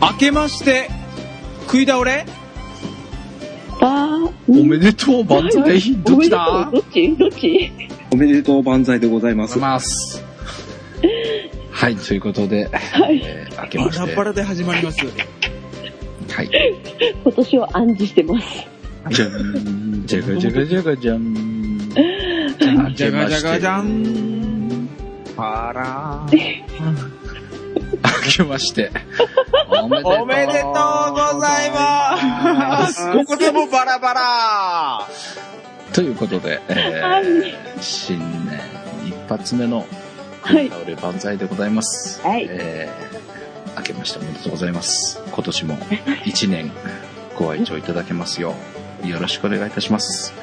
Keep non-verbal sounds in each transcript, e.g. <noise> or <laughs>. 明けまして、食い倒ればー、おめでとう、万歳。どっちおめでとうだどっちどっちおめでとう万歳でございまざいます。はい、ということで、はいえー、明けバましラて。バはラで始まります。い。今年を暗示してます。じゃん、じゃがじゃがじゃがじゃん。じゃがじゃがじゃ明ん。パラけまして。 <laughs> おめでとう。おめでとうございます。ここでもバラバラということで、えはー、新年一発目の、はい。倒れ万歳でございます。はいえー、明けましておめでとうございます。今年も一年ご愛聴いただけますよう、よろしくお願いいたします。よ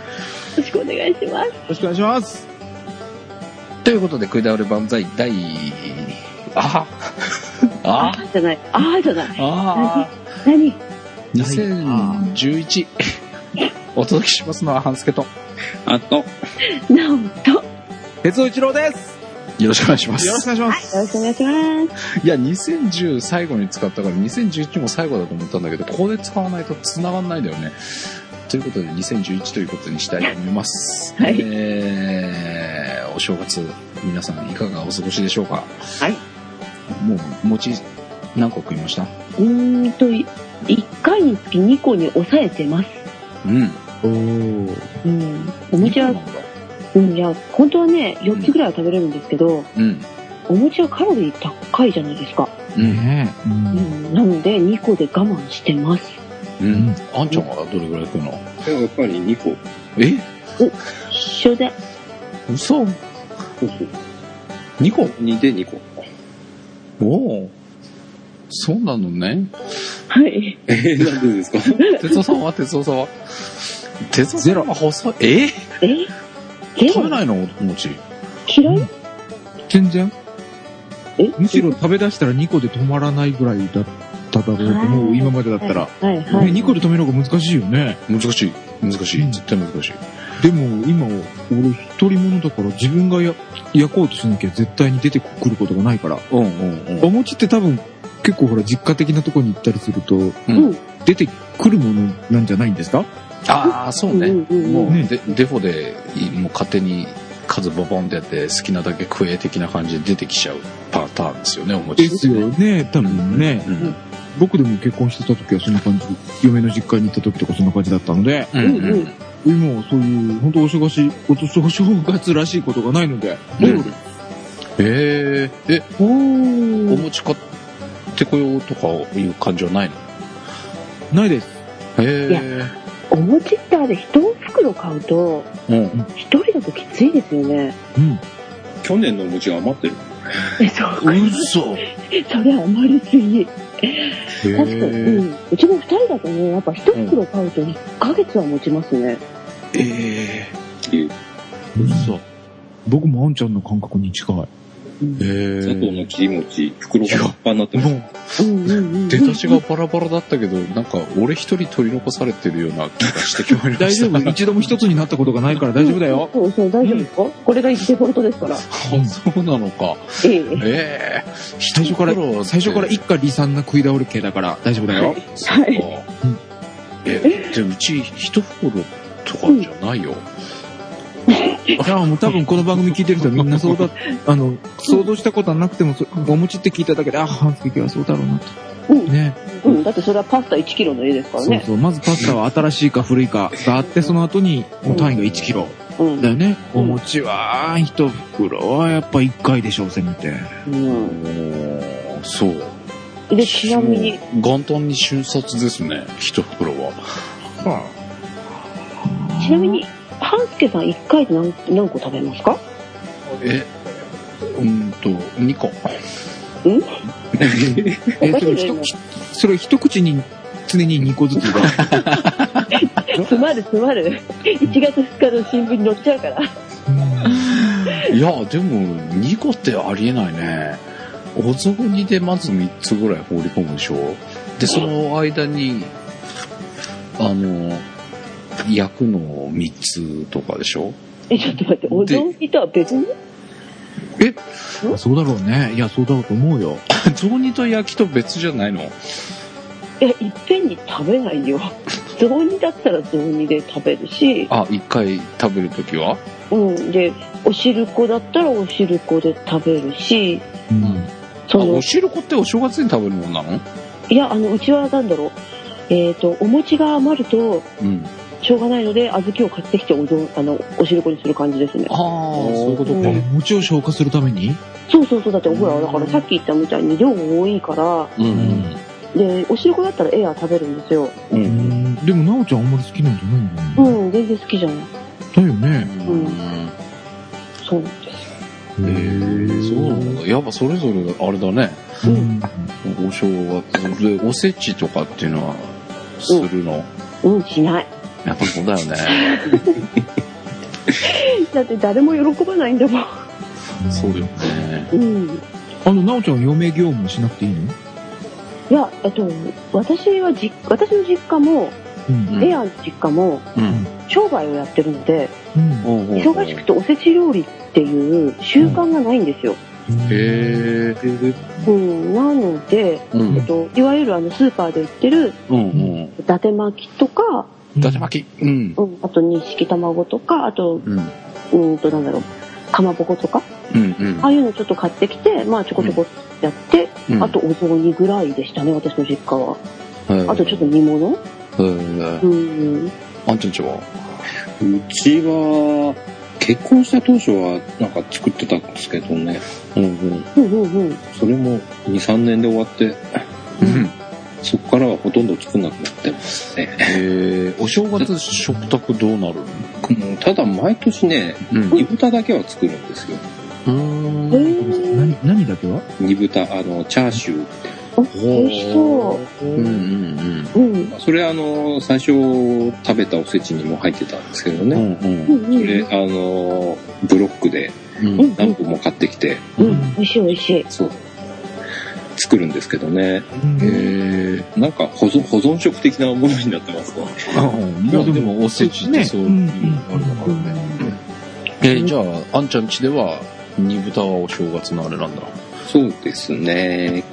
ろしくお願いします。よろしくお願いします。ということで、食い倒れ万歳第、ああじゃない。あーじゃない。あ何2011お届けしますのは半助と、あと、よなんと。よ鉄尾一郎です。よろしくお願いしまよろしくお願いします。ろしくお願いします。いや、2010最後に使ったから、2011も最後だと思ったんだけど、ここで使わないと繋がんないんだよね。ということで、2011ということにしたいと思い <laughs> ます。はいえー、お正月、皆さんいかがお過ごしでしょうかはい。もう、餅、何個食いましたうーんと、い一回につき二個に抑えてます。うん。おー。うん。お餅は、うん、いや、本当はね、四つぐらいは食べれるんですけど、うん。お餅はカロリー高いじゃないですか。うん。ねえ。うん。なので、二個で我慢してます。うん。あんちゃんはどれぐらい食うのでもやっぱり2個。え一緒で。そ嘘うそう。 ?2 個2で2個。おお。そうなのね。はい。えー、なんでですか哲夫さんは哲夫さんは哲夫さんは細い。ええで食べも、ないのお餅。嫌い全然。えむしろ食べ出したら2個で止まらないぐらいだっただろうと思はう、い今までだったら。はいはねい。 2個で止めるのが難しいよね。難しい。難しい。うん絶対難しい。でも今、俺一人者だから自分がや焼こうとしなきゃ絶対に出てくることがないから。うんうんお餅って多分結構ほら実家的なとこに行ったりすると、うん出てくるものなんじゃないんですかああ、そううね。んうんうんもうねデ、デフォで、もう勝手に数ボボンってやって、好きなだけ食え的な感じで出てきちゃうパターンですよね、お餅でってすね。よね、多分ね。うん。僕でも結婚してた時はそんな感じ。嫁の実家に行った時とかそんな感じだったので、うんんううんん。今はそういう、本当お忙しい、お年お正月らしいことがないので、うん料理えー、え、おおー餅買ってこようとかいう感じはないのないです。えお餅ってあれ一袋買うとえ。うん。一人だときついですよねうん。去年のお餅が余ってる。えそう嘘それはあまりすぎへ確かに、えうん、うちも二人だとねやっぱ一袋買うと一ヶ月は持ちますね、えいう。ー、嘘僕もあんちゃんの感覚に近い。うんえ佐藤ーの切り餅、袋が葉っぱになってます。うんうんうん出だしがバラバラだったけど、なんか俺一人取り残されてるような気がしてきまりま大した。丈夫 <laughs> 一度も一つになったことがないから大丈夫だよ。そうそう大丈夫ですか、これがデフォルトですからあそうなのか。ええええ最初から、最初から一家離散な食い倒れ系だから大丈夫だよ。そうかはうんえ、で、うち一袋とかじゃないよ。いや、もう多分この番組聞いてる人はみんなそうだ、あの、想像したことはなくても、そお餅って聞いただけで、あ、半月はそうだろうなと。うん、ね。うん、だってそれはパスタ1キロの絵ですからそうねそう。まずパスタは新しいか古いかがあって、その後に、もう単位が1キロうんだよね。うんお餅は、一袋はやっぱ1回でしょう、せめて。うん、おーそう。でちなみに元旦に瞬殺ですね、一袋は。ちなみに半助さん1回で何何個食べますかえ、うーんと、2個。えおかしそれいね一口、それ一口に常に2個ずつが。詰まる詰まる1月2日の新聞に載っちゃうからいや、でも、2個ってありえないね。お雑煮でまず3つぐらい放り込むでしょで、その間に、あの、焼くの3つとかでしょえちょっと待ってお雑煮とは別にそうだろうね。いや、そうだろうと思うよ。雑煮と焼きと別じゃないのえ、いっぺんに食べないよ。雑煮だったら雑煮で食べるし、あ、一回食べるときはうん。で、お汁粉だったらお汁粉で食べるし、うん。そあ、のお、汁粉ってお正月に食べるもんなのいや、あの、うちはなんだろう。えっ、と、お餅が余ると、うん。しょうがないので、小豆を買ってきておどあの、お汁粉にする感じですねあ。あ、そういうことおか。餅を消化するためにそうそうそう。だって、ほら、うんだからさっき言ったみたいに量多いから、うんん。で、お汁粉だったらエアー食べるんですよ。う。うんん。でも、なおちゃんあんまり好きなんじゃないんだうよね。ん、全然好きじゃない。だよね。うんそうなんです。へえ、そうなんだ。やっぱそれぞれあれだね。うん。お正月。で、おせちとかっていうのは、するの。うん、しない。やっぱそうだよね。だって誰も喜ばないんだもん。そうだよね。うん。あの、なおちゃんは嫁業務しなくていいのいや、えっと、私はじ、私の実家も、うん。うんエアの実家も、うん。商売をやってるので、うん。おうおうおう忙しくておせち料理っていう習慣がないんですよ。へえ。うん、なので、うえんっ。と、いわゆるあの、スーパーで売ってる、うんうん。伊達巻きとか、だて巻き。うん。うん、あと、錦卵とか、あと、うん。うんと、なんだろう、かまぼことか、うんうんあ。あいうのちょっと買ってきて、まあ、ちょこちょこやって、うんあと、お雑煮ぐらいでしたね、私の実家は。あと、ちょっとへ煮物え。うん。あんちゃんちはうちは、結婚した当初はなんか作ってたんですけどね。うんうん。うんうんうん。それも2、3年で終わって、うん。そこからはほとんど作んなくなってますね。えー、お正月食卓どうなるのもうただ毎年ね、うん煮豚だけは作るんですよ。えん。ー、何、何だけは煮豚、あの、チャーシューって。あ美味しそうんうんう。うん。まあそれあの、最初食べたおせちにも入ってたんですけどうん。うね。んううん。うん。それ、あの、ブロックでうんん何個も買ってきて、うん。うん。美味しい美味しい。そう、作るんですけどね。うんえなんか保存、保存食的なものになってますね。ー、まあでもおせちってそういうねあれだからね。えー、じゃあ、あんちゃんちでは煮豚はお正月のあれなんだ。そうですね。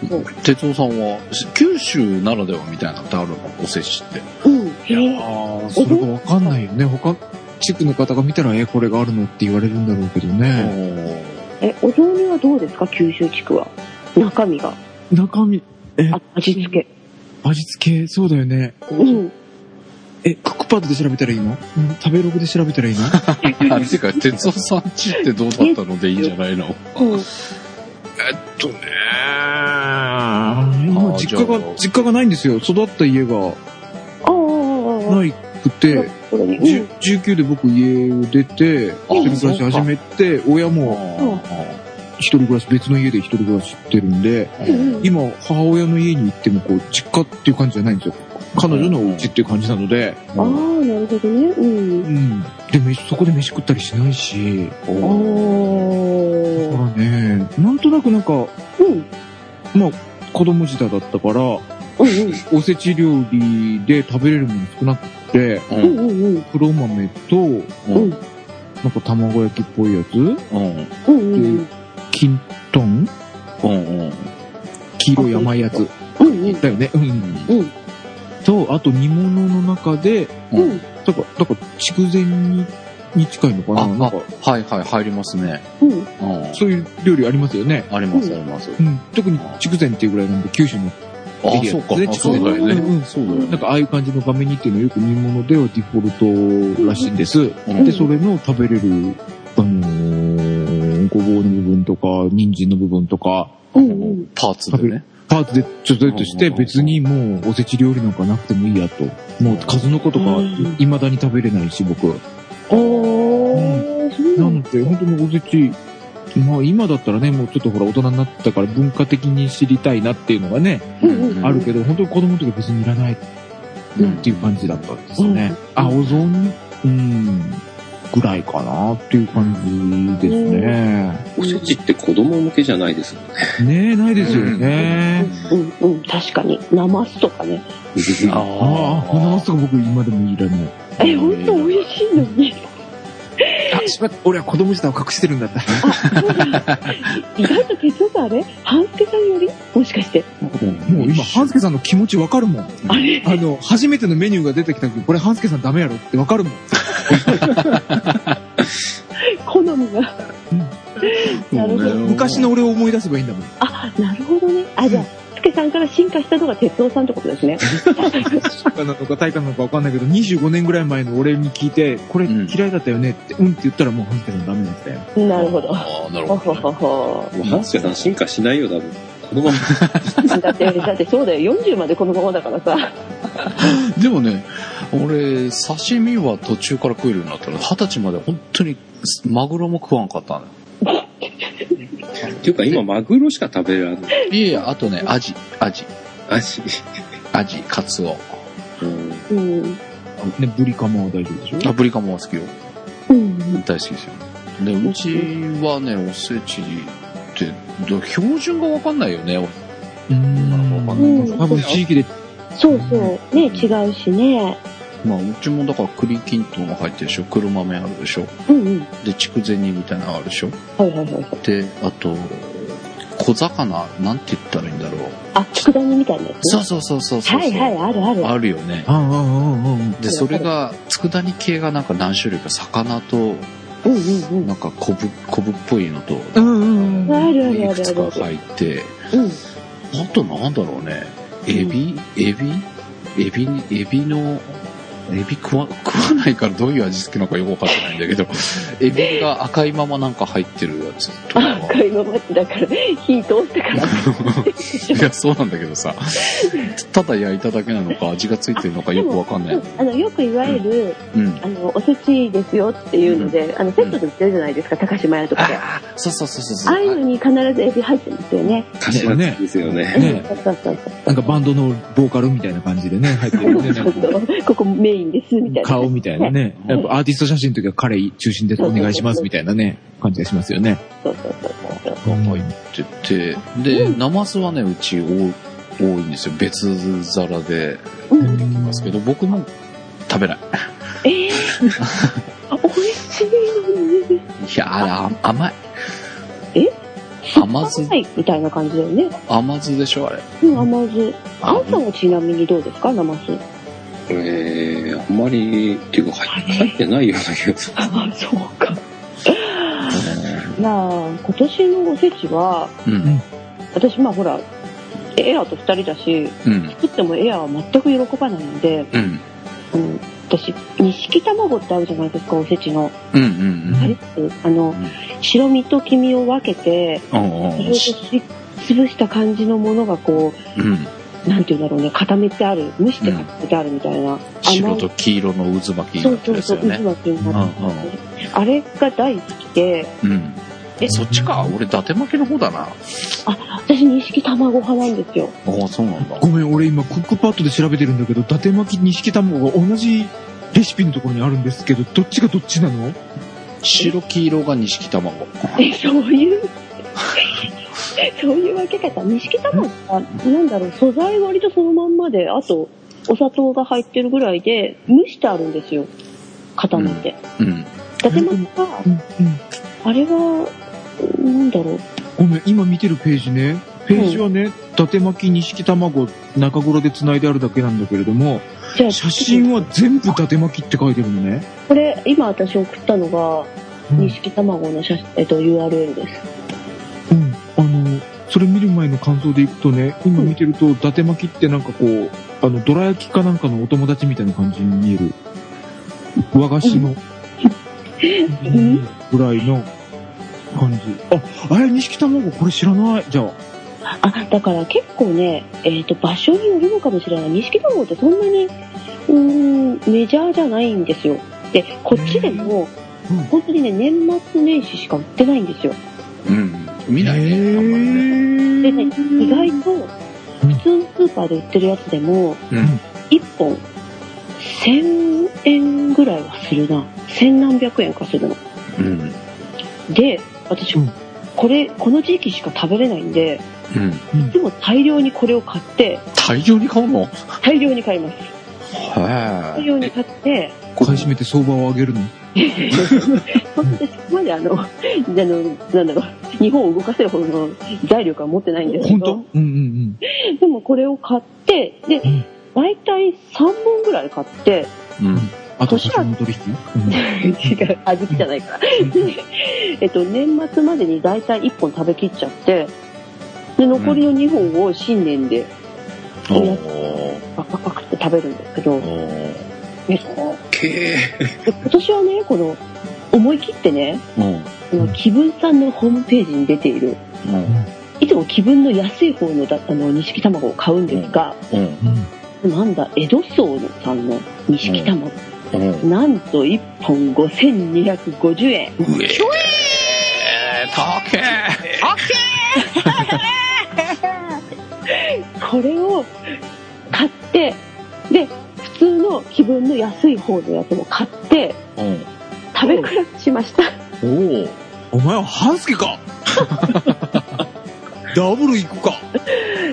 哲夫さんは九州ならではみたいなのってあるのおせちって。うん。へえあそれがわかんないよね。他、地区の方が見たら、え、これがあるのって言われるんだろうけどね。え、お雑煮はどうですか九州地区は。中身が。中身、えあ、味付け。味付け、そうだよね。うん。え、クックパッドで調べたらいいの、うん、食べログで調べたらいい <laughs> のあ、てか、哲夫さんちってどうだったのでいいんじゃないのうん。とね今、ー実家じゃがあ、実家がないんですよ。育った家がああ、ああ、ああ。ないくて、これに。じゅ19で僕家を出て、一人暮らし始めて、親も一人暮らし、別の家で一人暮らししてるんで、うん。うん。今、母親の家に行っても、こう、実家っていう感じじゃないんですよ。彼女のお家っていう感じなので、ああ、なるほどね。うう。んん。で、飯そこで飯食ったりしないし、ああ。だからね、なんとなくなんか、うん。子供時代だったから、うんおせち料理で食べれるもの少なくて、うん。うんうんうん。黒豆と、うんなんか卵焼きっぽいやつうんうん。きんとん黄色い甘いやつ。うんうん。だよね。うん。うん。と、あと煮物の中で、うん。だから、だから筑前煮に近いのかなあなんか、はいはい、入りますね。うん。うんそういう料理ありますよね。ありますあります。うん。特に筑前っていうぐらいなんで、九州の、あ、そうか。あそうだよね。うんそうだよなんね。かああいう感じの画面にっていうのはよく煮物ではデフォルトらしいんです。うんで、それの食べれる、あのーごぼうの部分とか、人参の部分とか、うん。パーツでね。パーツでちょっととしてうん別にもうおせち料理なんかなくてもいいやと。もう数の子とかうん未だに食べれないし、僕。なああ、そうなのんだ。で、本当におせち、まあ今だったらね、もうちょっとほら大人になったから文化的に知りたいなっていうのがね、うんあるけど、本当に子供の時は別にいらないっていう感じだったんですね。うんあ、お雑煮うん、ぐらいかなっていう感じですね。おせちって子供向けじゃないですよね。ねえ、ないですよね。うんうん、確かに。ナマスとかね。あああ、このまとか僕今でもいらない。え、ほんと美味しいのに。あ、しまった。俺は子供時代を隠してるんだった。あ、そうだ。意外と鉄夫さんあれ半助さんよりもしかして。うんもう今、半助さんの気持ちわかるもん。あれあの、初めてのメニューが出てきたけど、これ半助さんダメやろってわかるもん。好みが。なるほどそうね昔の俺を思い出せばいいんだもん。あ、なるほどね。あ、じゃあ、つけさんから進化したのが哲夫さんってことですね。大化なのか大化なのかわかんないけど、25年ぐらい前の俺に聞いて、これ嫌いだったよねって、うん、って言ったらもう半助さんダメだったよ。なるほど。ああ、なるほほほほどね。ほ。もう、ハンスケさん進化しないよ、多分。このまま。だって、だってそうだよ。40までこのままだからさ。でもね、俺、刺身は途中から食えるようになったの。二十歳まで本当に、マグロも食わんかったの。っていうか、今、マグロしか食べられない。いやいや、あとね、アジ、アジ、マジ。アジ、カツオ。うん。うん。ね、ブリカマは大丈夫でしょアブリカも好きよ。うん。大好きですよ。で、うちはね、おせちって、ど標準がわかんないよね。うー。うんん多分地域で、そうそう。ね、違うしね。まあ、うちもだから栗きんとんが入ってるでしょ。黒豆あるでしょ。うんうん。で、筑前煮みたいなのあるでしょ。はいはいはい。で、あと、小魚、なんて言ったらいいんだろう。あ、佃煮みたいなやつそね。うそうそうそうそう。はいはい、あるある。あるよね。ああ、ああ、あで、それが、佃煮系がなんか何種類か、魚と、うんうんうん。なんか昆布、昆布っぽいのと、あ、うんうんうん。あるあるあいくるつあかる。入って、うん。あとなんだろうね。エビ、エビエビに、エビの、エビ食わ、 <laughs> 食わないからどういう味付けなのかよくわかってないんだけ <laughs> ど、エビが赤いままなんか入ってるやつとかあ、 <laughs> は、赤いままだから、火通ってから。いや、そうなんだけどさ、ただ焼いただけなのか味がついてるのかよくわかんうないん。あの、よくいわゆる、うん。あの、おせちですよっていうので、あの、セットで売ってるじゃないですか、高島屋とかで。あああ、そうそうそうそうそう。あいうのに必ずエビ入ってますよね。頭ですよね。ねそうそうそうなんかバンドのボーカルみたいな感じでね、入ってるよね。なんかそうそう。ここメインです、みたいな。顔みたいなね。やっぱアーティスト写真の時は彼中心でお願いしますみたいなね、感じがしますよね。そうそうそうそう。はい。ってて、で、ナマスはね、うち多多いんですよ。別皿でうん、ますけど、僕も食べない。ええー、美味しいのに。いや、あれあ甘い。え甘酢、はい、みたいな感じだよね。甘酢でしょ、あれ。うん、甘酢。ああんたはちなみにどうですか、生酢。えー、あんまり、っていうか、入入ってないような気がする。あ、そうか。まあ、今年のおせちは、うん。私、まあ、ほら、エアと二人だし、うん。作ってもエアは全く喜ばないので、うん。うん、私、錦卵ってあるじゃないですか、おせちの。うん。うん。あれって、あの、白身と黄身を分けて、うん。いろいろすり潰した感じのものがこうん。う、なんていうんだろうね、固めてある、蒸して固めてあるみたいな。白いと黄色の渦巻きにそなうっそてるうやつそだう、渦巻きによね。なってうんうるあれが大好きで、うん。えそっちか。俺、伊達巻きの方だな。あ私、錦卵派なんですよ。あ、そうなんだご。めん、俺今クックパッドで調べてるんだけど、伊達巻き、錦卵が同じレシピのところにあるんですけど、どっちがどっちなの白黄色が錦卵。 <laughs> え、そういう、そういう分け方。錦卵は、なんだろう、素材割とそのまんまで、あと、お砂糖が入ってるぐらいで、蒸してあるんですよ。固めて。うん。伊達巻きは、うん、うん。あれは、なんだろう。ごめん、今見てるページね。ページはね、伊達巻き、錦卵、中頃で繋いであるだけなんだけれども、じゃあ、写真は全部伊達巻きって書いてるのね。これ、今私送ったのが、うん錦卵の写真、えっと、URL です。うん、あの、それ見る前の感想でいくとね、今見てると、伊達巻きってなんかこう、あの、どら焼きかなんかのお友達みたいな感じに見える。和菓子の、んぐらいの感じ。あ、あれ、錦卵、これ知らない。じゃあ、あだから結構ね、えー、と場所によるのかもしれない錦鯉ってそんなにうーんメジャーじゃないんですよでこっちでもうん本当にね年末年始しか売ってないんですようん。見ないね、あんまりね。でね意外とうん普通のスーパーで売ってるやつでもうん1本1000円ぐらいはするな千何百円かするのうん。で私、うんこれこの時期しか食べれないんでうん。いつも大量にこれを買って大量に買うのへ大量に買います大え。量に買って買い占めて相場を上げるの。本当にそこまであの、 <laughs> あの、なんだろう、日本を動かせるほどの財力は持ってないんですけ本ど当、うんうんでもこれを買って、でうん、大体3本ぐらい買って、 <laughs> うん。あと、先物取引違う、小豆じゃないから。えっと、年末までに大体1本食べきっちゃって、で、残りの2本を新年でおおやーパクパクパクって食べるんですけど、おえけ今年はね、この、思い切ってね、ーうん。あの気分さんのホームページに出ている、うん。いつも気分の安い方のだあの錦卵を買うんですが、うん。なんだ、江戸荘のさんの錦卵、うん。なんと1本5250円。うええたけこれを買って、で、普通の気分の安い方のやつも買って、うん。食べ比べしました。おお。お前は半助 <laughs> かダブル行くか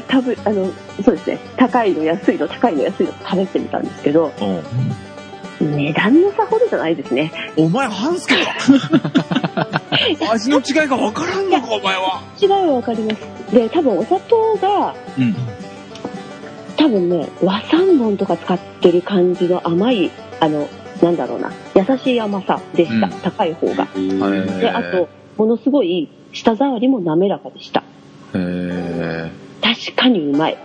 多分、あの、そうですね、高いの安いの、高いの安いの食べてみたんですけど、うん。値段の差ほどじゃないですね。お前半助か味の違いが分からんのかお前は違いはわかります。で、多分お砂糖が、うん多分ね、和三盆とか使ってる感じの甘い、あの、なんだろうな、優しい甘さでした。うん高い方が。え。はいで、あと、ものすごい舌触りも滑らかでした。え確かにうまい。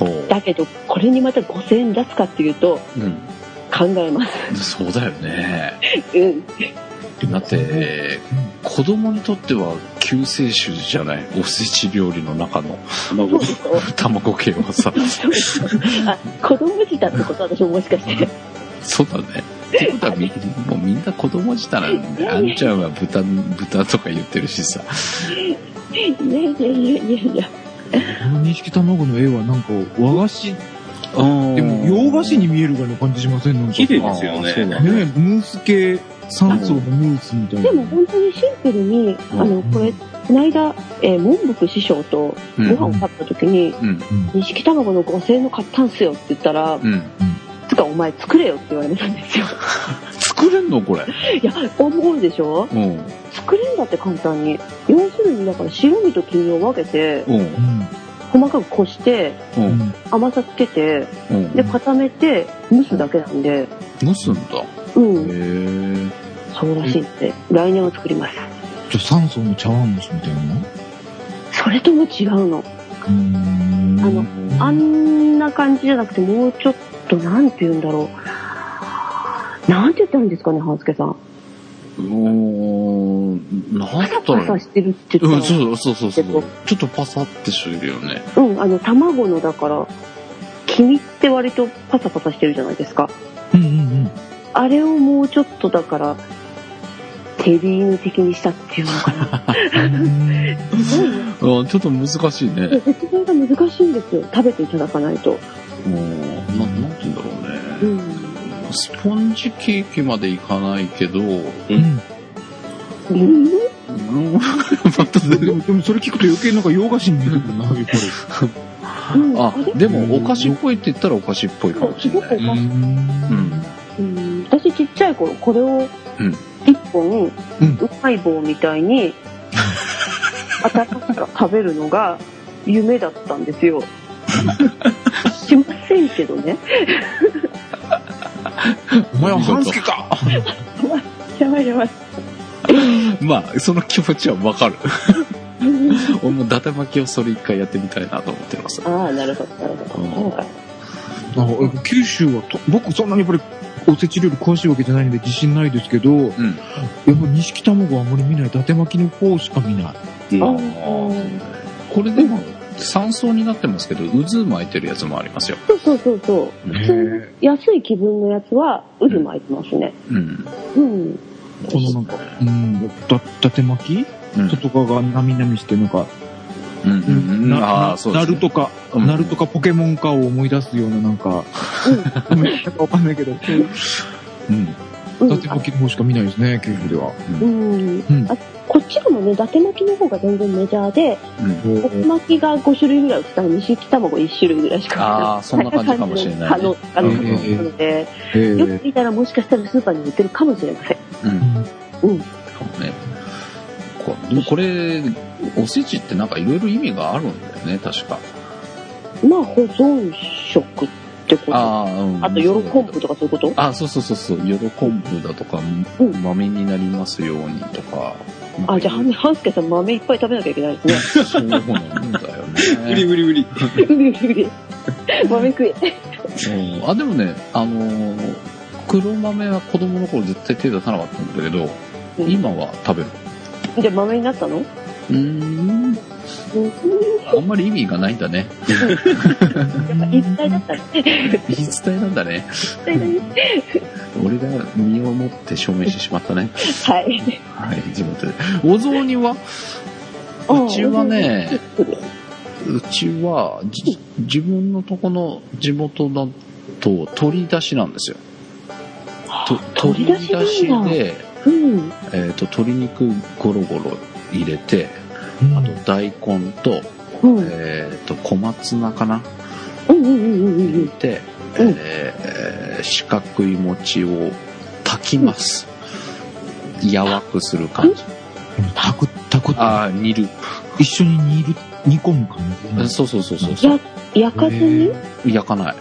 ー、おだけど、これにまた5000円出すかっていうと、う考えます。 <laughs> ん。そうだよね。うん。だって、子供にとっては救世主じゃない。おせち料理の <laughs> 中のそう卵で。しょ卵系はさ。そうでしょあ、子供舌ってこと私ももしかして。そうだね。ってことはみ、もうみんな子供自体なんで、あんちゃんは豚、豚とか言ってるしさ。いやいやいやいやいや。この錦卵の絵はなんか和菓子ででも洋菓子に見えるぐらいの感じしませんなんか綺麗ねですよあーそうね。だえムース系三層のムースみたいなでも本当にシンプルに、あの、これ、この間、えー文福師匠とうごん飯を買った時に、うん。錦卵の5000円の買ったんすよって言ったら、うん。つかお前作れよって言われたんです <laughs> よ。作れんのこれ。いや、思うでしょうん。作れんだって簡単に。4種類にだから白身と黄身を分けて、うん。細かくこして、う。うんん甘さつけて、うん。で、固めて、蒸すだけなんで、蒸すんだ。うん、へえ。そうらしいんで、来年は作ります。じゃあ三層の茶碗蒸しみたいなそれとも違うの。うーんあのあんな感じじゃなくて、もうちょっと、なんて言うんだろう。なんて言ったらいいんですかね、半助さん。うーん、なんパだサろパうサね。してるって言うっん、たら、そうそうそうそうえっと。ちょっとパサってしてるよね。うん、あの、卵の、だから、黄身って割とパサパサしてるじゃないですか。うんうんうんあれをもうちょっと、だから、テビーヌ的にしたっていうのかな。すごいね。うん、ちょっと難しいね。説明が難しいんですよ。食べていただかないと。うん、ななんて言うんだろううね。ん。スポンジケーキまでいかないけど、うん <laughs> うんうん、またでもでもそれ聞くと余計なんか洋菓子に見えるもんなこれうんあ、でもお菓子っぽいって言ったらお菓子っぽいかもしれなうい。んうん。うん私ちっちゃい頃これをうん一本ううんまい棒みたいに頭から食べるのが夢だったんですよしませんけどねお前は半助かやばいやばいまあ、その気持ちはわかる。俺もだて巻きをそれ一回やってみたいなと思ってます。ああなるほどなるほどそうかなんか九州はと僕そんなにやっぱりおせち料理詳しいわけじゃないんで自信ないですけど、やっうん。ぱ錦卵はあまり見ない伊達巻きの方しか見ないうんあこれでも、3層になってますけど、渦巻いてるやつもありますよ。そうそうそうそうへ普通の安い気分のやつは渦巻いてますねうん。うんこのなんかうんだ伊達巻きうん外側がなみなみしてなんか、うんうんうん。あなあ、そうでなすねるとか、うんなるとかポケモンかを思い出すようななんか、うん、なんかわかんないけど、うん。う伊ん達巻きの方しか見ないですね、九州では。ううんんうんあこっちでもね伊達巻きの方が全然メジャーでうんお巻きが5種類ぐらい売ってたら錦卵1種類ぐらいしかああ、そんな感じかもしれない、ね。のあのうん可能性なので、えよく見たらもしかしたらスーパーに売ってるかもしれません。うん。うん。かもね。こでもこれ、おせちってなんかいろいろ意味があるんだよね、確か。まあ保存食ってことあああ、うとん。喜ぶとかそういうことあ、そうそうそうそう、喜ぶだとか、うん豆になりますようにとか。あじゃあ半半助さん豆いっぱい食べなきゃいけない <laughs> <laughs> ですねそうなんだよ無 <laughs> 理ね。無理無理。豆食えうんあ、でもね、あのー黒豆は子供の頃絶対手出さなかったんだけど、うん今は食べる。じゃあ豆になったのうーん、あんまり意味がないんだね。やっぱ一体だったね言い伝えなんだね。一体だね俺が身をもって証明してしまったね。 <laughs> はいはい、地元で。お雑煮はうんうちはね、うちは、じ自分のとこの地元だと、取り出しなんですよ。と取り出しなんだ取り出しで、うんえっ、と、鶏肉ゴロゴロ入れて、あと大根と、うんうんえっ、と、小松菜かなうんうんうんうんう入れんて、うんえー四角い餅を炊きます。やわくする感じ。たく、たくって、ああ、煮る。一緒に煮る、煮込む感じ。そうそうそうそう。や焼かずに焼かない。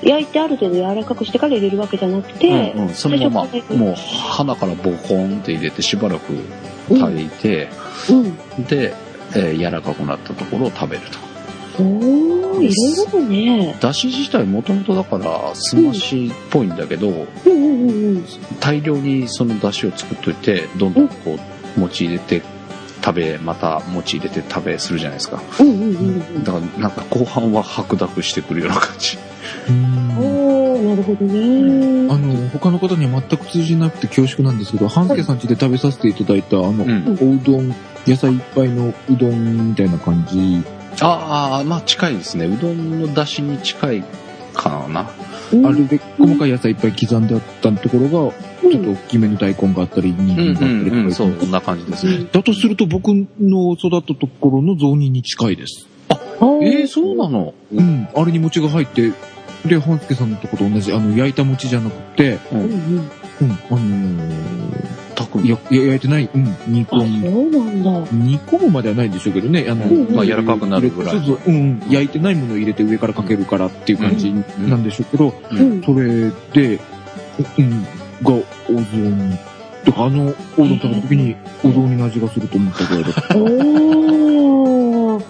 焼いてある程度柔らかくしてから入れるわけじゃなくてうんうん、そのま最初かまらもう鼻からボコンって入れてしばらく炊いて、うんで、えー柔らかくなったところを食べるとおーいろいろだねだし自体もともとだからすましっぽいんだけど、うんうんうんうん大量にそのだしを作っといてどんどんこう餅入れて食べまた餅入れて食べするじゃないですかうんうんうんだからなんか後半は白濁してくるような感じうんうんおーなるほどねあの、他の方には全く通じなくて恐縮なんですけど、半助さん家で食べさせていただいた、あの、うんおうどん、野菜いっぱいのうどんみたいな感じ。ああまあ近いですねうどんのだしに近いかなうんあれで細かい野菜いっぱい刻んであったところが、うんちょっと大きめの大根があったり、人参があうったりとかそんな感じですね、だとすると僕の育ったところの雑煮に近いです。あーえー、そうなのうん、あれに餅が入って、で、半助さんのとこと同じ、あの、焼いた餅じゃなくて、うんうんうん、あのー特や、や焼いてない、うん、煮あそ込うなんだむ。煮込むまではないんでしょうけどね、あの、うんまあ柔らかくなるぐらいそうそう、うん、うん焼いてないものを入れて上からかけるからっていう感じんなんでしょうけど、うんうんそれで、うん、が、お雑煮。とか、あの、おうどん食べた時に、お雑煮の味がすると思ったぐらいだった。おー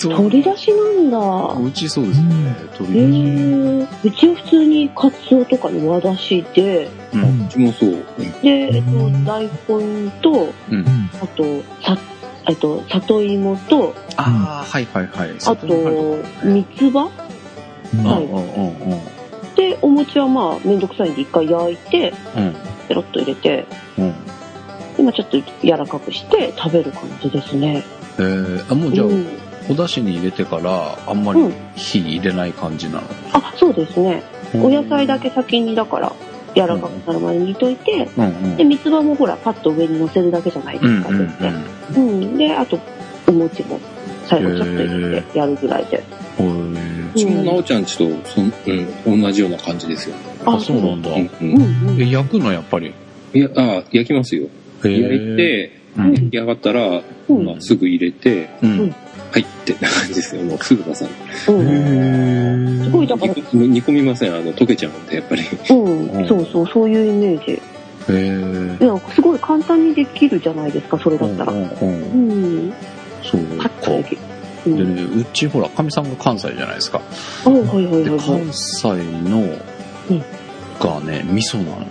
取り出しなんだ。うちそうですね。え鳥んー、うちは普通にカツオとかの和だしで、ううんん。うちもそう。で、えっとうん、大根と、うんあと、さ、えっと、里芋と、ああ、はいはいはい。あと、三つ葉うんうんはいうんうんうん。で、お餅はまあ、めんどくさいんで一回焼いて、うん。ペロッと入れて、うん。今ちょっと柔らかくして食べる感じですね。えー、あもうじゃあう、ん、お出汁に入れてから、あんまりうん火入れない感じなあ、そうですね。の。お野菜だ。け先に、だから、柔らかくなるまで煮といて、うんうんで、。三つ葉もほら、パッと上に乗せるだけじゃないでうすんか、うんう絶対ん。うん、で、あと、お餅も最後ちょっと入れてやるぐらいで。へーうちもなおちゃんちとそん、うん、同じような感じですよ。あ、そうなんだ。ううんんう。うんん。え、焼くのやっぱり。いや、あ焼きますよ。へー焼い、て、うん焼き上がったら、うんまあ、すぐ入れて、うん。はいってな感じですよ。もうすぐ出さない。うん。すへごいだから、煮煮込みません。あの、溶けちゃうんで、やっぱり。うん、そうそう、そういうイメージ。へーいや、すごい簡単にできるじゃないですか、それうだっんたうら。んう。うんん。そうパかッ。とできる。うでん。ね、うちほら、かみさんが関西じゃないですか。あ、はいはいはいで、はい。関西のうん、がね、味噌なの。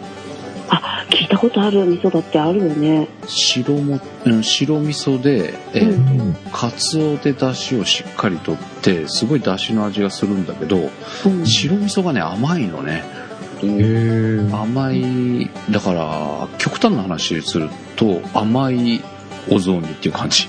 聞いたことある味噌だってあるよね。白も、うん、白味噌で、えうーんカツオで出汁をしっかりとってすごい出汁の味がするんだけどうん。白味噌がね甘いのねぇ甘いだから極端な話すると甘いお雑煮っていう感じ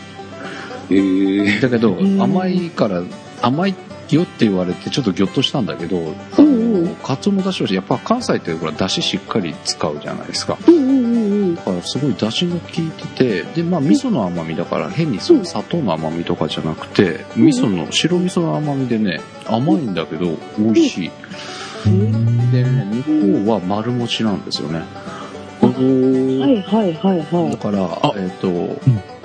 えー、だけどうん甘いから甘いよって言われてちょっとギョッとしたんだけど、うあんうんのカツオの出汁をしやっぱ関西ってほら出汁しっかり使うじゃないですかうんうんうんうん。だからすごい出汁が効いててでまあ味噌の甘みだから変にその砂糖の甘みとかじゃなくて味噌の白味噌の甘みでね甘いんだけど美味しいでね向こうは丸餅なんですよねおーはいはいはいはだい。からえっ、と、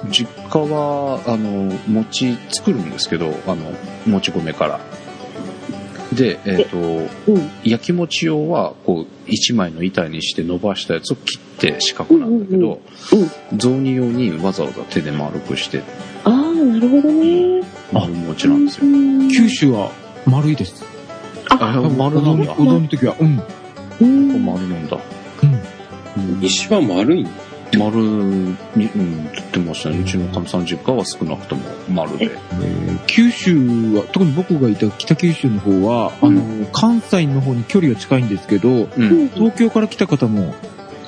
実家は、あの、餅作るんですけど、あの、もち米から。で、えっ、と、うん。焼き餅用は、こう、一枚の板にして伸ばしたやつを切って四角なんだけど、うんうん雑煮用にわざわざ手で丸くして、ああ、なるほどね。丸餅なんですよ。うん九州は丸いです。あ、多分丸なんだ。お雑煮の時は、うん。うん丸なんだ。うん石は丸いんだ。丸に、うん、取ってましたね。うちのかみさん実家は少なくとも丸で。えー九州は、特に僕がいた北九州の方は、あの、関西の方に距離は近いんですけど、うん。東京から来た方も、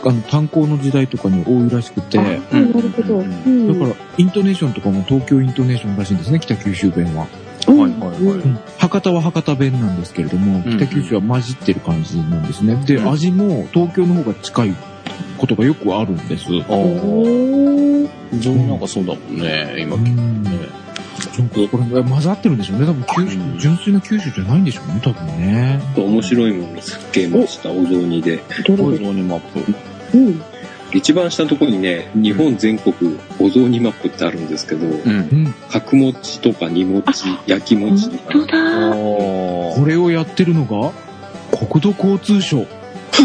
あの、炭鉱の時代とかに多いらしくて、あだあかなるほど。ううんんら、イントネーションとかも東京イントネーションらしいんですね、北九州弁は。うんはいはいはいうん博多は博多弁なんですけれども、うん北九州は混じってる感じなんですね。で、うん味も東京の方が近いことがよくあるんです。ああ、おー雑煮なんかそうだもんね、今。ねなんかこれ混ざってるんでしょうね。多分九州、うん純粋な九州じゃないんでしょうね、多分ね。面白いもの見つけました、お雑煮で。どおれ雑で煮マッうプ。ん。一番下のところにね、日本全国お雑煮マップってあるんですけど、うんう。ん。角餅とか煮餅、焼き餅とか本当、だ。あこれをやってるのが、国土交通省。 <laughs>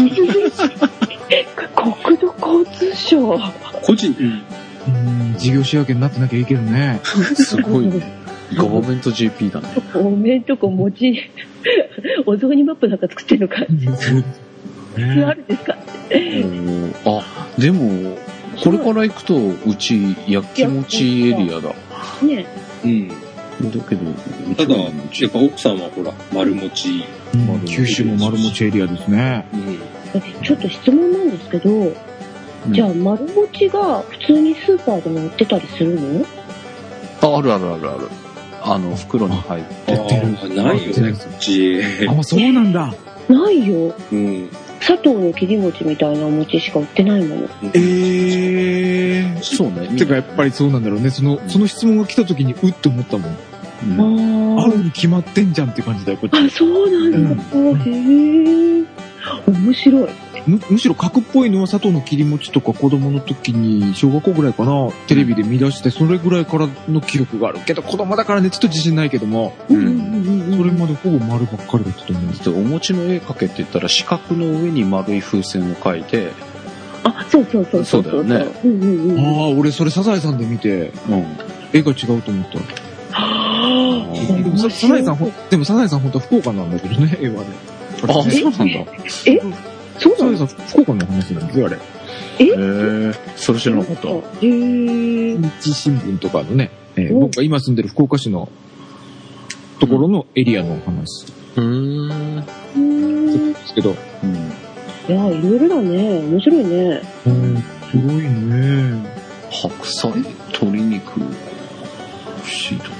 国土交通省。 <laughs> 個人、うん、事業仕分けになってなきゃいいけどね。あ、すごいね。ガバメント JP だね。おめんとこ持ち、 <laughs> お雑煮マップなんか作ってるのか。 <laughs> 普通あねるんですかうんあ、でも、これから行くと、うち、焼き餅エリアだ。だねうん。けど、うたちだ、はやっぱ奥さんはほら、丸餅。うん九州も丸餅エリアですね。うん。ちょっと質問なんですけど、じゃあ丸餅が普通にスーパーでも売ってたりするのあ、あるあるあるある。あの、袋に入って。やってるあーないよね、こっち。あ、そうなんだ。ないよ。うん。砂糖の切り餅みたいなお餅しか売ってないもの。ええそうね。てかやっぱりそうなんだろうね。その、その質問が来た時に、うって思ったもん。うん、ああーるに決まってんじゃんって感じだよ、こっち。あ、そうなんだ。へえ。面白い。むむしろ角っぽいのは佐藤の切り餅とか子供の時に小学校ぐらいかなテレビで見出してそれぐらいからの記憶があるけど子供だからねちょっと自信ないけどもうんそれまでほぼ丸ばっかりだったと思うんですお餅の絵描けって言ったら四角の上に丸い風船を描いて、あ、そうそうそう。そうだよね。うんうんあうん。あ俺それサザエさんで見てうん、絵が違うと思ったはうあでもササザエさんほんでもサザエさん本当は福岡なんだけどね絵はねあれねそうなんだえそうサなザエのさん福岡の話なんですよあれへえそれ知らなかったへえ。日新聞とかのね、えーうん僕が今住んでる福岡市のところのエリアのお話うんうんうんですけどいや、いろいろだね。面白いね。うんすごいね白菜鶏肉不思議だね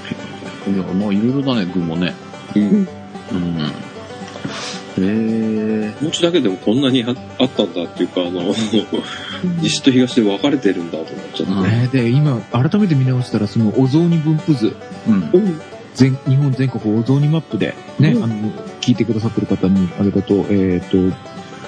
いやまあいろいろだね具もねうん。うんへえ餅だけでもこんなにああったんだっていうか、あの、西と東で分かれてるんだと思っちゃって。ねで、今、改めて見直したら、そのお雑煮分布図、うんうん。全日本全国お雑煮マップで、ね、うんあの、聞いてくださってる方に、あれだと、えっ、と、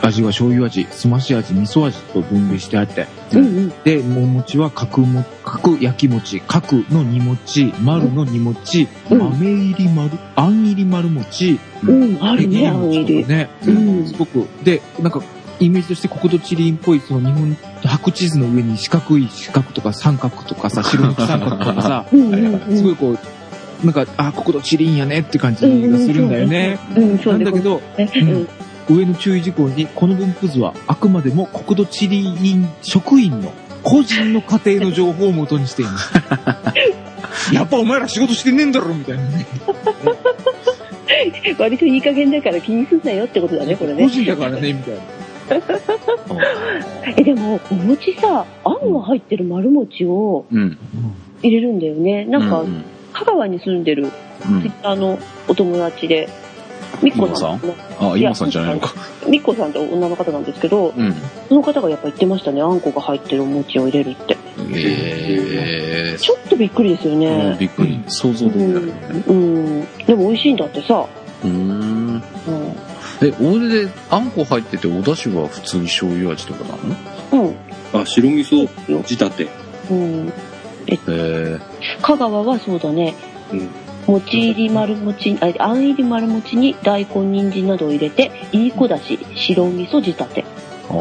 味は醤油味、すまし味、味噌味と分類してあって、うんうん。で、お餅は角も、角焼き餅、角の煮餅、丸の煮餅、うん豆入り丸、あん入り丸餅、うん、あるね、ああんん入り。ね、うんすごく、で、なんか、イメージとして国土地理院っぽい、その日本、白地図の上に四角い四角とか三角とか <laughs> さ、白抜き三角とかさ、うんうんうん。すごいこう、なんか、あ、国土地理院やねって感じがするんだよね。うん、そなうんでだけすど、ね。うん上の注意事項に、この分布図はあくまでも国土地理院職員の個人の家庭の情報を元にしています。 <laughs> やっぱお前ら仕事してねえんだろみたいなね。割といい加減だから気にすんなよってことだね、これ個ね。人だからね、みたいな。え、でも、お餅さ、あんが入ってる丸餅をうん入れるんだよね。なんかう、ん香川に住んでる、うん、あの、お友達で、みっこさん。あ今さんじゃないのかみっこさんって女の方なんですけど、うんその方がやっぱ言ってましたね、あんこが入ってるお餅を入れるって。ええちょっとびっくりですようんね。びっくり想像できないねうん。でも美味しいんだってさ。うんうん。え、大手であんこ入ってて、お出汁は普通に醤油味とかなのうん。あ、白味噌よ仕立て。うん。え香川はそうだね、うん餅入り丸餅ああん入り丸餅に大根人参などを入れていい子だし白味噌仕立てあ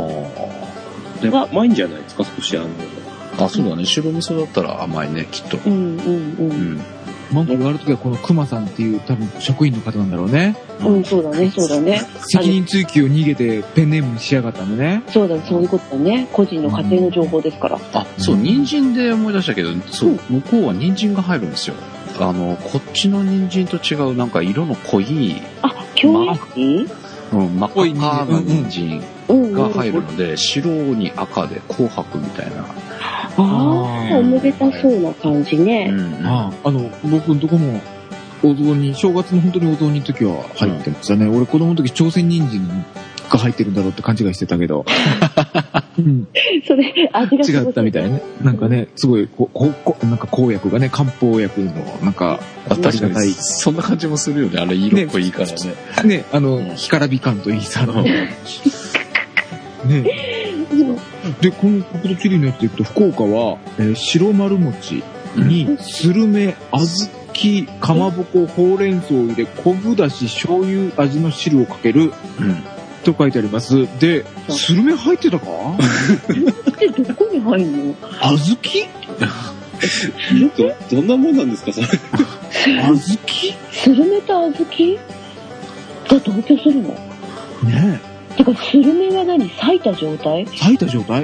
でも甘いんじゃないですか少しあのあ。あ、そうだね。白味噌だったら甘いね、きっと。うんうんう、うんん。文句言われるときはこの熊さんっていう多分職員の方なんだろうね。うんそうだねそうだね責任追及を逃げてペンネームにしやがったんでね。そうだそういうことだね個人の家庭の情報ですから、あ、そう、うん人参で思い出したけど、そううん、向こうは人参が入るんですよ。あの、こっちの人参と違う、なんか色の濃い、あ教育費、うん、真っ濃い赤人参な人参うんうんが入るので、白に赤で紅白みたいな。ああおめでたそうな感じうね、ん。あああの、僕のとこも、お雑煮、正月の本当にお雑煮の時は入ってましたね。俺子供の時朝鮮人参が入ってるんだろうって勘違いしてたけど。うん、それ味がすごい違ったみたいね。なんかね、すごい、こここなんか公薬がね、漢方薬の、なんか、あ確かありがたいに、そんな感じもするよね。あれ、色濃いからね。ね、あうの、ん干からび感といいさ、ね。うんで、この国土地理のやつでいくと、福岡は、えー白丸餅に、スルメ、小豆、かまぼこ、ほうれん草を入れ、昆布だし、醤油味の汁をかける、うん。と書いてあります。で、そうスルメ入ってたかでどこに入るの小どどんなもんなんですかそれ豆小スルメと小豆が同居するの豆ねてかスルメは何裂いた状態え、咲いた状態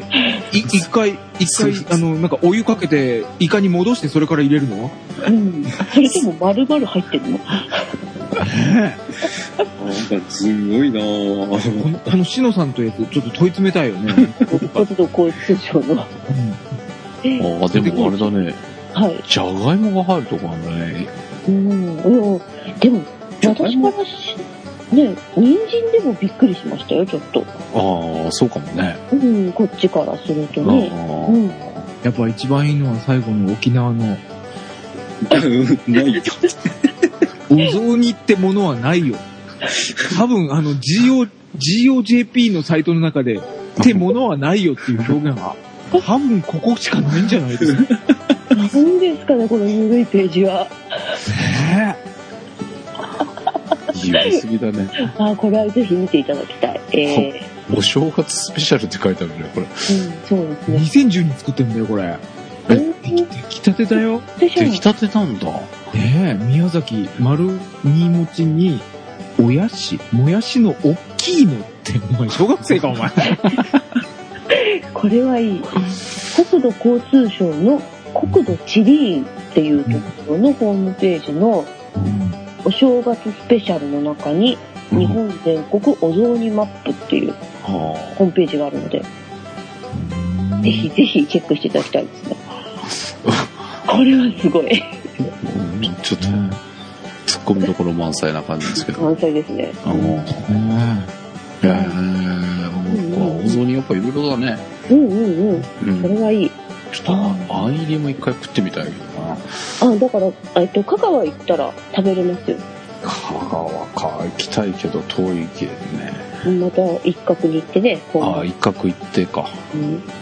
い一回、一回、あの、なんかお湯かけて、イカに戻してそれから入れるのうんそれとも丸々入ってるのなんかすごい <laughs> なぁこの、このシノさんとやつ、ちょっと問い詰めたいよ <laughs> ね。骨と交通省のああ、でもあれだね。はいじゃがいもが入るとこなんだね。うんうんでもじゃが私いもからしね人参でもびっくりしましたよちょっとああ、そうかもね。うんこっちからするとあねあうんやっぱ一番いいのは最後の沖縄の、ないよお雑煮ってものはないよ。多分、あの、GO、GOJP のサイトの中で、ってものはないよっていう表現は、多分ここしかないんじゃないですかね。何ですかねこの緩いページ <laughs> は言い過ぎだね。あーこれはぜひ見ていただきたいえお正月スペシャルって書いてあるね、こー、れ。うんそうですね2010に作ってんだよ、これ。え出来たてだよ。でしょ出来たてなんだ。ねえ、宮崎、丸煮餅に、おやし、もやしの大きいのって、お前、小学生か、お前。これはいい。国土交通省の国土地理院っていうところのホームページのお正月スペシャルの中に日本全国お雑煮マップっていうはホームページがあるので、ぜひぜひチェックしていただきたいですね。これはすごい。あうんちょっと、突っ込みどころ満載な感じですけど。満載ですね。あの、ねえー、僕はお雑煮やっぱいろいろだね。うんうんうん。うこん。れはいい。ちょっと、あん入りも一回食ってみたいけどな。あ、だから、えっと、香川行ったら食べれますよ。香川か、行きたいけど遠いけどね。また一角に行ってね、こうああ、一角行ってか。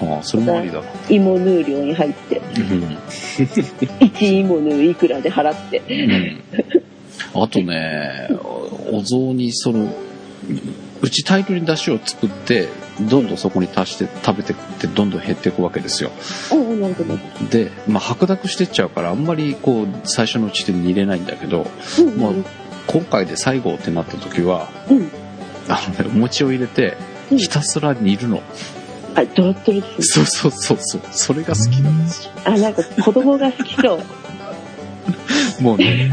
うんああ、それもありだな。芋ヌー料に入って。うん。 1イモのいくらで払って。うん、あとねおお雑煮そのうち大量に出汁を作ってどんどんそこに足して食べてってどんどん減っていくわけですよああ、なるほど。で、まあ、白濁してっちゃうからあんまりこう最初のうちで煮れないんだけどうんまあ今回で最後ってなった時はうん。あのねお餅を入れてうんひたすら煮るの、あ、ドロッドロです。そうそうそうそうそれが好きなんですよあ、なんか子供が好きそう。もう <laughs> ね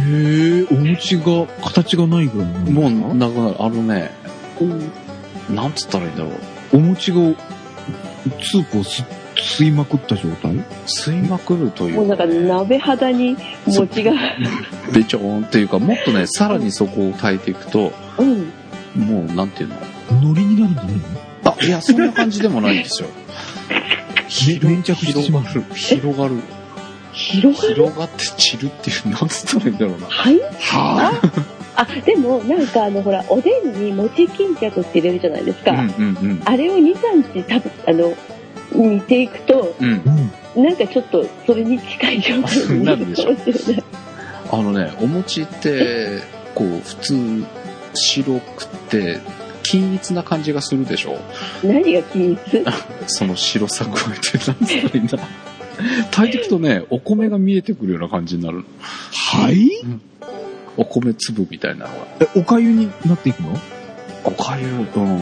え、お餅が、形がないぐらいのもうなくなるあのねうん。なんつったらいいんだろうお餅が、スープをす吸いまくった状態吸いまくるというもうなんか鍋肌に餅が。べちょーんっていうか、もっとね、さらにそこを炊いていくと、うん。もう、なんていうの海苔になるんじゃないあ、いや、そんな感じでもないん <laughs> ですよ。の粘着してしまう。広がる。広がる。広がる広がって散るっていう、なんつったらいいんだろうな。はいはあ、でもなんかあのほら、おでんに餅巾着って入れるじゃないですか。うんうんうん。あれを2、3日多分、あの、煮ていくと、うん。うん。なんかちょっとそれに近い状態になるでしょかもしれないあのね、お餅って、こう、普通、白くて、均一な感じがするでしょ何が均一その白さ加えて、なんつったらいいんだ。炊いていくとね、お米が見えてくるような感じになる。はいお米粒みたいなのが。えおかゆになっていくのおかゆ、うん。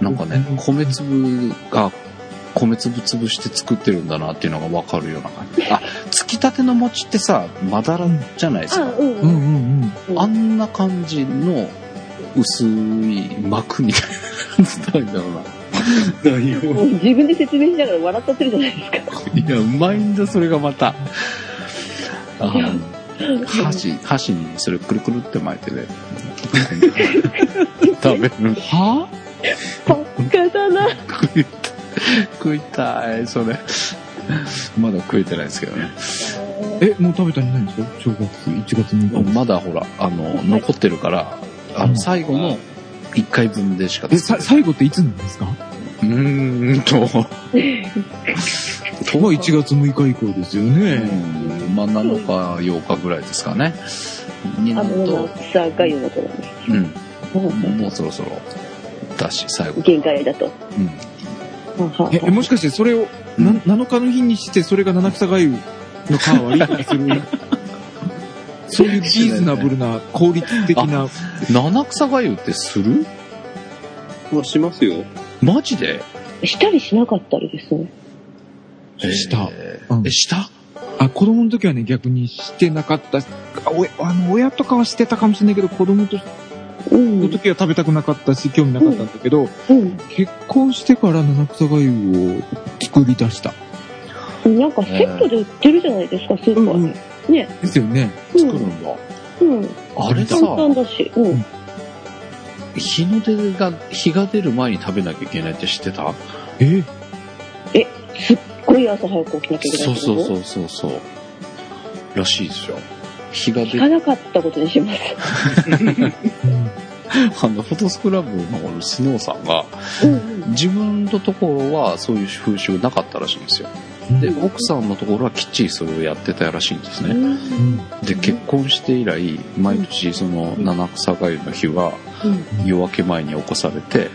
なんかねうん、米粒が、米粒潰して作ってるんだなっていうのがわかるような感じ。あ、つきたての餅ってさ、まだらじゃないですあか。うんううんんうんうん。あんな感じの薄い膜みたいな、なんつったらいいんだろうな。何をもう自分で説明しながら笑っちゃってるじゃないですかいや、うまいんだ、それがまた。あの箸、箸にそれくるくるって巻いてね。食べる。は仕方ない食いたい。食いたい、それ。まだ食えてないですけどね。え、もう食べたりないんですか小学1月6日。まだほら、あの、残ってるから、あの、最後の1回分でしかえ、さ、最後っていつなんですかうーんと。まあ1月6日以降ですよね。うんまあ、7日、8日ぐらいですかね。になあるのと、草がゆのことなんですうん。うんもうそろそろだし、最後。限界だとうん。ははえ、もしかしてそれを、な、7日の日にして、それが七草がゆの代 <laughs> わりにする。そう <laughs> いうリーズナブルな、効率的な。七草がゆってするまあしますよ。マジでしたりしなかったりですねしたえーうんえ、したあ、子供の時はね、逆にしてなかった。あおあの、親とかはしてたかもしれないけど、子供とうんの時は食べたくなかったし、興味なかったんだけど、うん結婚してから七草がゆを作り出した。なんかセットで売ってるじゃないですかスーパーででねすよね。うんんだ。うんあれさ簡、単だしうん日の出が、日が出る前に食べなきゃいけないって知ってたえすっごい朝早く起きなきゃいけないそうそううそうそうそう。らしいですよ。日が出聞かる、なかったことにしますあの、フォトスクラブのスノーさんが、うんうん自分のところはそういう風習なかったらしいんですよ。で、奥さんのところはきっちりそれをやってたらしいんですね。うんで、結婚して以来、毎年その七草がゆの日は夜明け前に起こされて、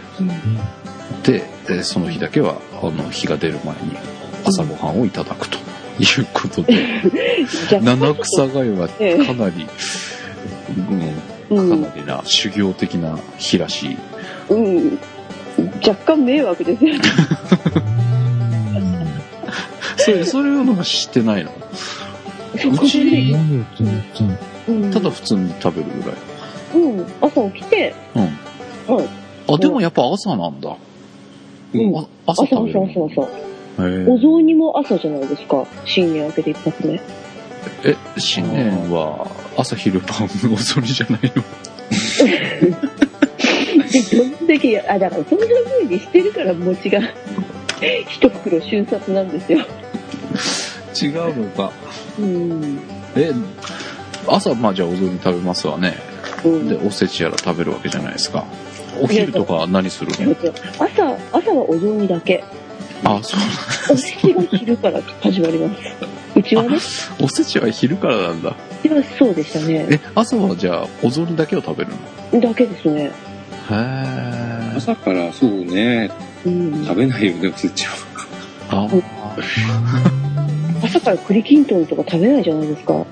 で、えーその日だけは、あの、日が出る前に朝ごはんをいただくということで、じゃあ七草がゆはか <laughs> ええなり、ううん、んかなりな修行的な日らしい。うん若干迷惑ですよね <laughs> それ、そういうのが知ってないのうち、ただ普通に食べるぐらい。うん朝起きてうん。はいあ、でもやっぱ朝なんだ。うんあ朝朝朝食べる朝の。朝へえお雑煮も朝じゃないですか新年明けて一発目え、新年は朝昼晩お雑煮じゃない <laughs> のでどんだけやあだからそんな風にしてるから餅が一袋瞬殺なんですよ違うのか。うんえ、朝、まあじゃあお雑煮食べますわね。うんで、おせちやら食べるわけじゃないですか。お昼とかは何するの朝朝はお雑煮だけあ、そう。おせちが昼から始まりますうちはねおせちは昼からなんだ。うちはそうでしたねえ、朝はじゃあお雑煮だけを食べるのだけですねへー朝からそうね、うん食べないよね、おせちは。あ朝から栗きんとんとか食べないじゃないですか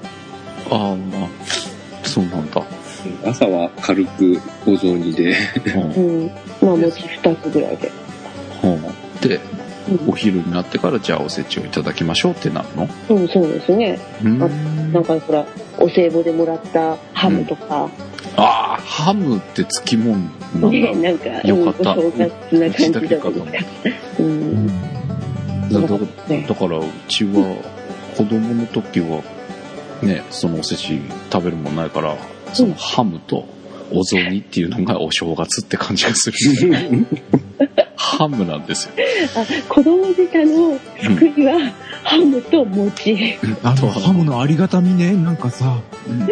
あ、まあ、そうなんだ。朝は軽くお雑煮で。うんうんまあ餅2つぐらいでうんでうんお昼になってからじゃあおせちをいただきましょうってなるのうん、そうですねうんなんかほらお歳暮でもらったハムとか、ああハムってつきもんなんねだなんかよかったうんお正月なうちだ感じけだかもとん思っうんただだねだからうちは子供の時はねそのおせち食べるもんないからそのハムとお雑煮っていうのがお正月って感じがするハムなんですよあ子供舌の福にはハムと餅、あの、ハムのありがたみね、なんかさ、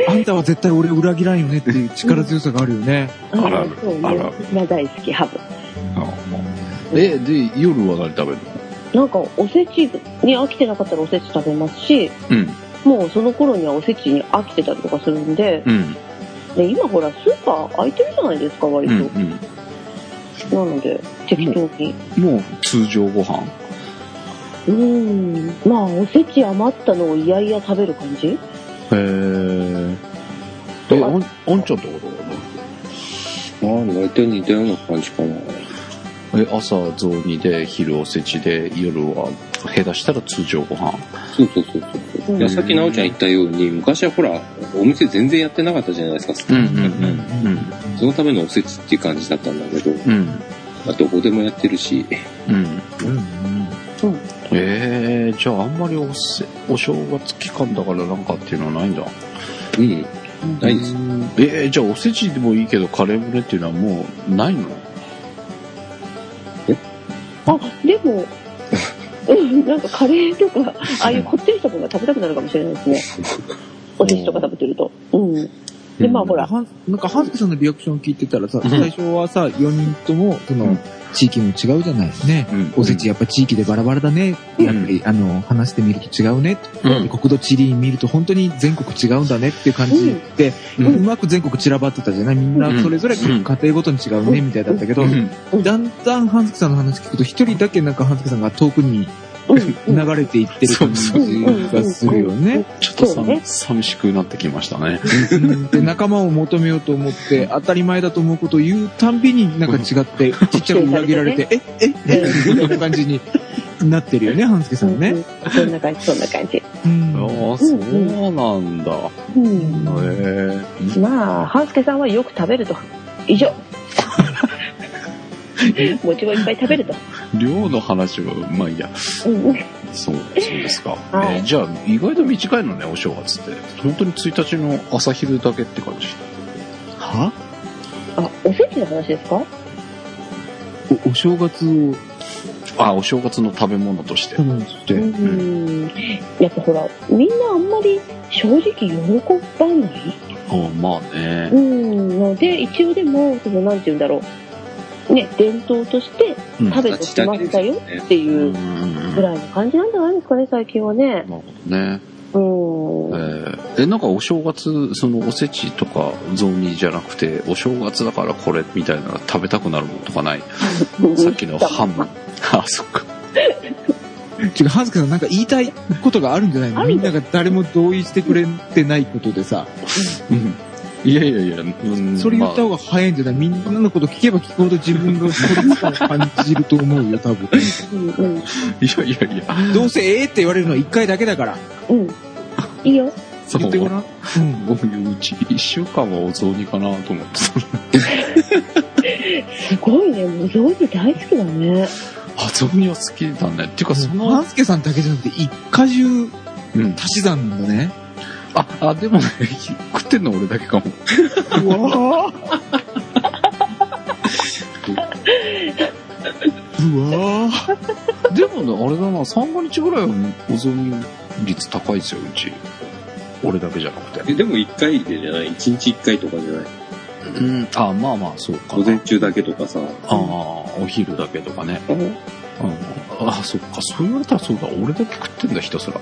あんたは絶対俺を裏切らんよねっていう力強さがあるよね。んあららそうねあららまあ大好きハムえで夜は何食べるのなんかおせちに飽きてなかったらおせち食べますし、うん。もうその頃にはおせちに飽きてたりとかするんで、うん。で今ほらスーパー空いてるじゃないですか割うと、ん。なので適当にうん。もう通常ご飯。うんまあおせち余ったのをいやいや食べる感じへえ。え、おん、おんちゃんとことかああ、大体似たような感じかな。なえ、朝雑煮で、昼おせちで、夜は、下手したら通常ご飯。そうそうそうそう。うんいやさっきなおちゃん言ったように、昔はほら、お店全然やってなかったじゃないですか。そのためのおせちっていう感じだったんだけど、うん。うん。まあどこでもやってるし、うん。うんうん。ええじゃああんまりおせ、お正月期間だからなんかっていうのはないんだ。うん、ないです。えー、じゃあおせちでもいいけどカレー胸っていうのはもうないのあでもうんなんかカレーとかああいうこってりしたものが食べたくなるかもしれないですね <laughs> おせちとか食べてるとうんでまあほらはんなんか、ハンスケさんのリアクション聞いてたらさ、うん最初はさ、4人とも、そうのん、地域も違うじゃないですね。うんおせちやっぱ地域でバラバラだね。うんやっぱり、あの、話してみると違うね。うでん。国土地理見ると本当に全国違うんだねっていう感じで、ううんまく全国散らばってたじゃないみんうんなそれぞれ家うん庭ごとに違うねみたいだったけど、うんだんだん半月さんの話聞くと一人だけなんか半月さんが遠くに <laughs> うんうん流れていってる感じがするよね。ちょっとそさ、うね寂しくなってきましたね。うんで仲間を求めようと思って当たり前だと思うことを言うたんびになんか違ってちっちゃく裏切られて、えええみたいな感じになってるよね半月さんうね。んそんな感じそんな感じうんああ、そうなんだ。へうんえまあ半助さんはよく食べると以上餅をいっぱい食べると、量の話は、まあいいや。うんそう、そうですか。 <laughs> はいえーじゃあ、意外と短いのね、お正月って。本当に1日の朝昼だけって感じ。はあおせちの話ですかおお正月をあ、お正月の食べ物として多。分って。うんやっぱほらみんなあんまり正直喜ばないあまあね。うんので一応でもそのなんて言うんだろうね伝統としてうん食べてきましたよねってういんううんうんぐなるらいの感じなんじゃないですかね最近はねほどね。うんえーえ、なんかお正月、そのおせちとか雑煮じゃなくて、お正月だからこれみたいなの食べたくなるものとかないさっきの <laughs> ハム。あ、そっか。違う、はずかさんなんか言いたいことがあるんじゃないのあるみんなが誰も同意してくれてないことでさ、うん。いやいやいや、うんそれ言った方まが早いんじゃないみんなのこと聞けば聞くほど自分の孤立感を感じると思うよ、多分。うんうんあいやいやいや、どうせええって言われるのは一回だけだから。うんいいよそう言ってごらん。うん。僕うち一週間はお雑煮かなと思ってた。すごいねもう上手大好きだねあ、雑煮は好きだね。っていうか、そハのン、スケさんだけじゃなくて、一家中うん。足し算なんだね。あ、あ、でもね、 <laughs> 食ってんの俺だけかも。うわぁ。うわぁ。でもね、あれだな、三が日ぐらいはお雑煮率高いですよ、うち。俺だけじゃなくて。えでも一回でじゃない一日一回とかじゃないうん。あ、まあまあ、そうか午。前中だけとかさ。ああ、お昼だけとかね。うん。あ、そっか、そう言われたらそうだ。俺だけ食ってんだ、ひたすら。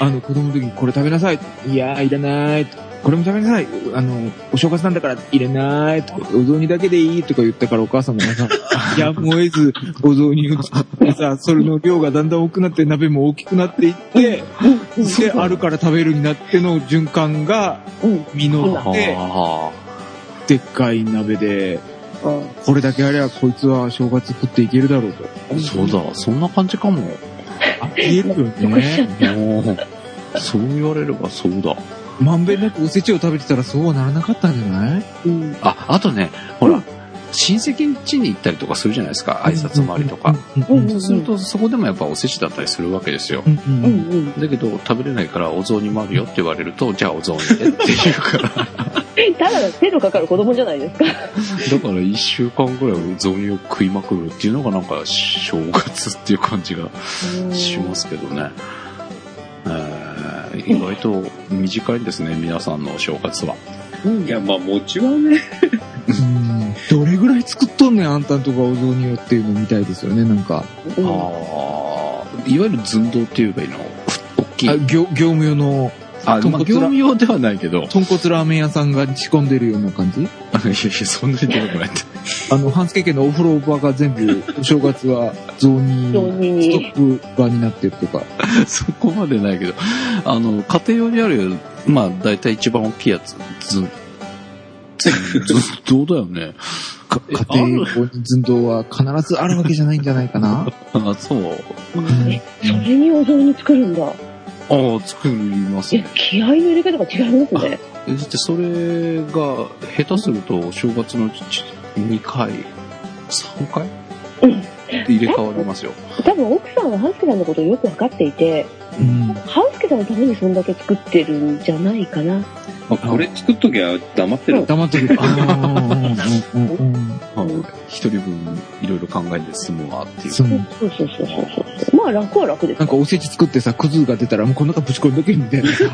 あの、子供の時にこれ食べなさい。いやー、いらない。これも食べなさい。あの、お正月なんだから、いらない。とか、お雑煮だけでいい。とか言ったからお母さんもなんか、 <laughs> やむを得ず、お雑煮を作ってさ、それの量がだんだん多くなって、鍋も大きくなっていって、で、あるから食べるになっての循環がうん実って、あでっかい鍋で、うんこれだけあればこいつは正月食っていけるだろうと。あ、そうだ、そんな感じかも。あ、言えるよね。 <laughs> もう、そう言われればそうだ。まんべんなくおせちを食べてたらそうはならなかったんじゃないうんあ、あとね、ほら、親戚ん家に行ったりとかするじゃないですか、挨拶回りとか。。うんうんそうすると、そこでもやっぱおせちだったりするわけですよ。うんううんんうんだけど、食べれないからお雑煮もあるよって言われると、じゃあお雑煮でっていう <laughs> から、だかただの手のかかる子供じゃないですか。ら一週間ぐらいお雑煮を食いまくるっていうのがなんか正月っていう感じがしますけどね。えー意外と短いんですね、皆さんのお正月は。うんいや、まあ、餅はね、うんどれぐらい作っとんねん、あんたんとこはお雑煮よっていうのみたいですよね、なんか。うんああ、いわゆる寸胴って言えばいいの大きい。あ業業務用のあ、豚まあ、骨業務用では <laughs> ないけど。い豚骨ラーメン屋さんが仕込んでるような感じやいや、そんなにでもないって。あの、半助家のお風呂場が全部、お正月は雑煮、雑煮にストップ場になってるとか。 <laughs> そこまでないけど。あの、家庭用にある、まあ、大体一番大きいやつ、 <laughs> ず、つどうだよね。かえ家庭用に寸胴は必ずあるわけじゃないんじゃないかな。あ、 <laughs> そう。うんえそれにお雑煮作るんだ。ああ、作りますいやね。、気合の入れ方が違いますね。だってそれが、下手すると、お正月のうち2回、3回うん入れ替わりますよ。多分奥さんはハウスケさんのことをよく分かっていて、うん。ハウスケさんのためにそんだけ作ってるんじゃないかな。あこれ作っときゃ黙ってる。黙ってくる。あーうんうんうんうんまあ一人分いろいろ考えて済むわっていう。そうそうそうそうそうそう。まあ楽は楽ですなんかおせち作ってさ、クズが出たらもうこの中ぶち込んどけみたいなさ。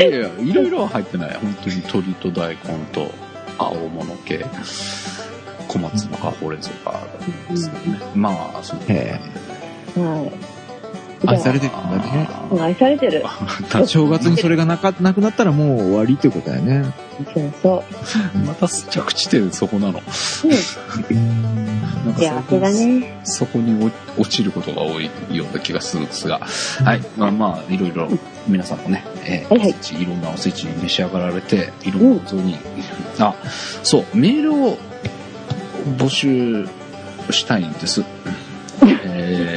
いやいや、いろいろは入ってない。本当に鶏と大根と青物系、小松菜かほうれん草かですけどね。まあ、そのへはい。愛されててるんだね。 <laughs> る。愛されてる。た正月にそれがなかなくなったらもう終わりってことだよね。そうそう。また着地点そこなの。なんかじゃあ、手最近だね。そこに落落ちることが多いような気がするんですが、はい。まあまあ、いろいろ皆さんもね、えーはいはいおせちいろんなおせちに召し上がられて、いろんなお雑煮、あ、そう、メールを募集したいんです。え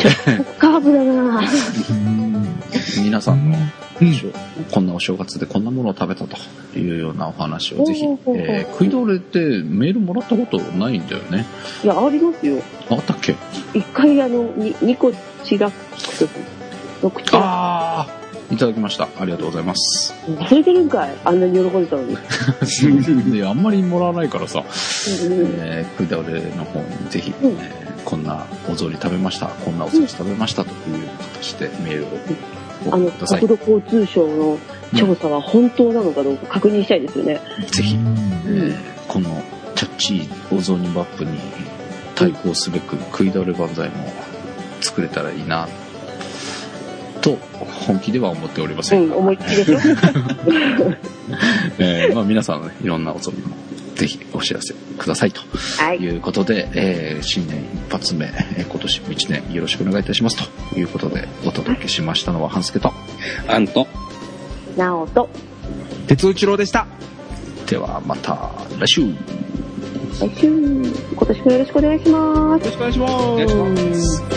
カーブだなうん <laughs> ー皆さんの、うんこんなお正月でこんなものを食べたというようなお話をぜひ、えほうほうほうー食い倒れてメールもらったことないんだよね。いや、ありますよ。あったっけ一回、あの、に2個違くとき。口がああいただきました。ありがとうございます。忘れてるんかいあんなに喜んでたのに。 <laughs> であんまりもらわないからさ、うんうんえー、クイダレの方にぜひ、えうんーこんなお雑煮食べましたこんなお寿司食べましたという形でメールをあ送の、ってください国土交通省の調査は本当なのかどうか確認したいですよね。ぜひ、えーこのチャッチーお雑煮バップに対抗すべくクイダレ万歳も作れたらいいなと本気では思っておりまうせんん、が、思いっきりでしょ。えーまあ、皆さんのねいろんなお雑煮もぜひお知らせくださいとはい。ということで、えー新年一発目、えー今年も一年よろしくお願いいたしますということで、お届けしましたのは、半助と。あんと。なおと、鉄尾一郎でした。では、また来週来週、今年もよろしくお願いします。よろしくお願いしますお願いします。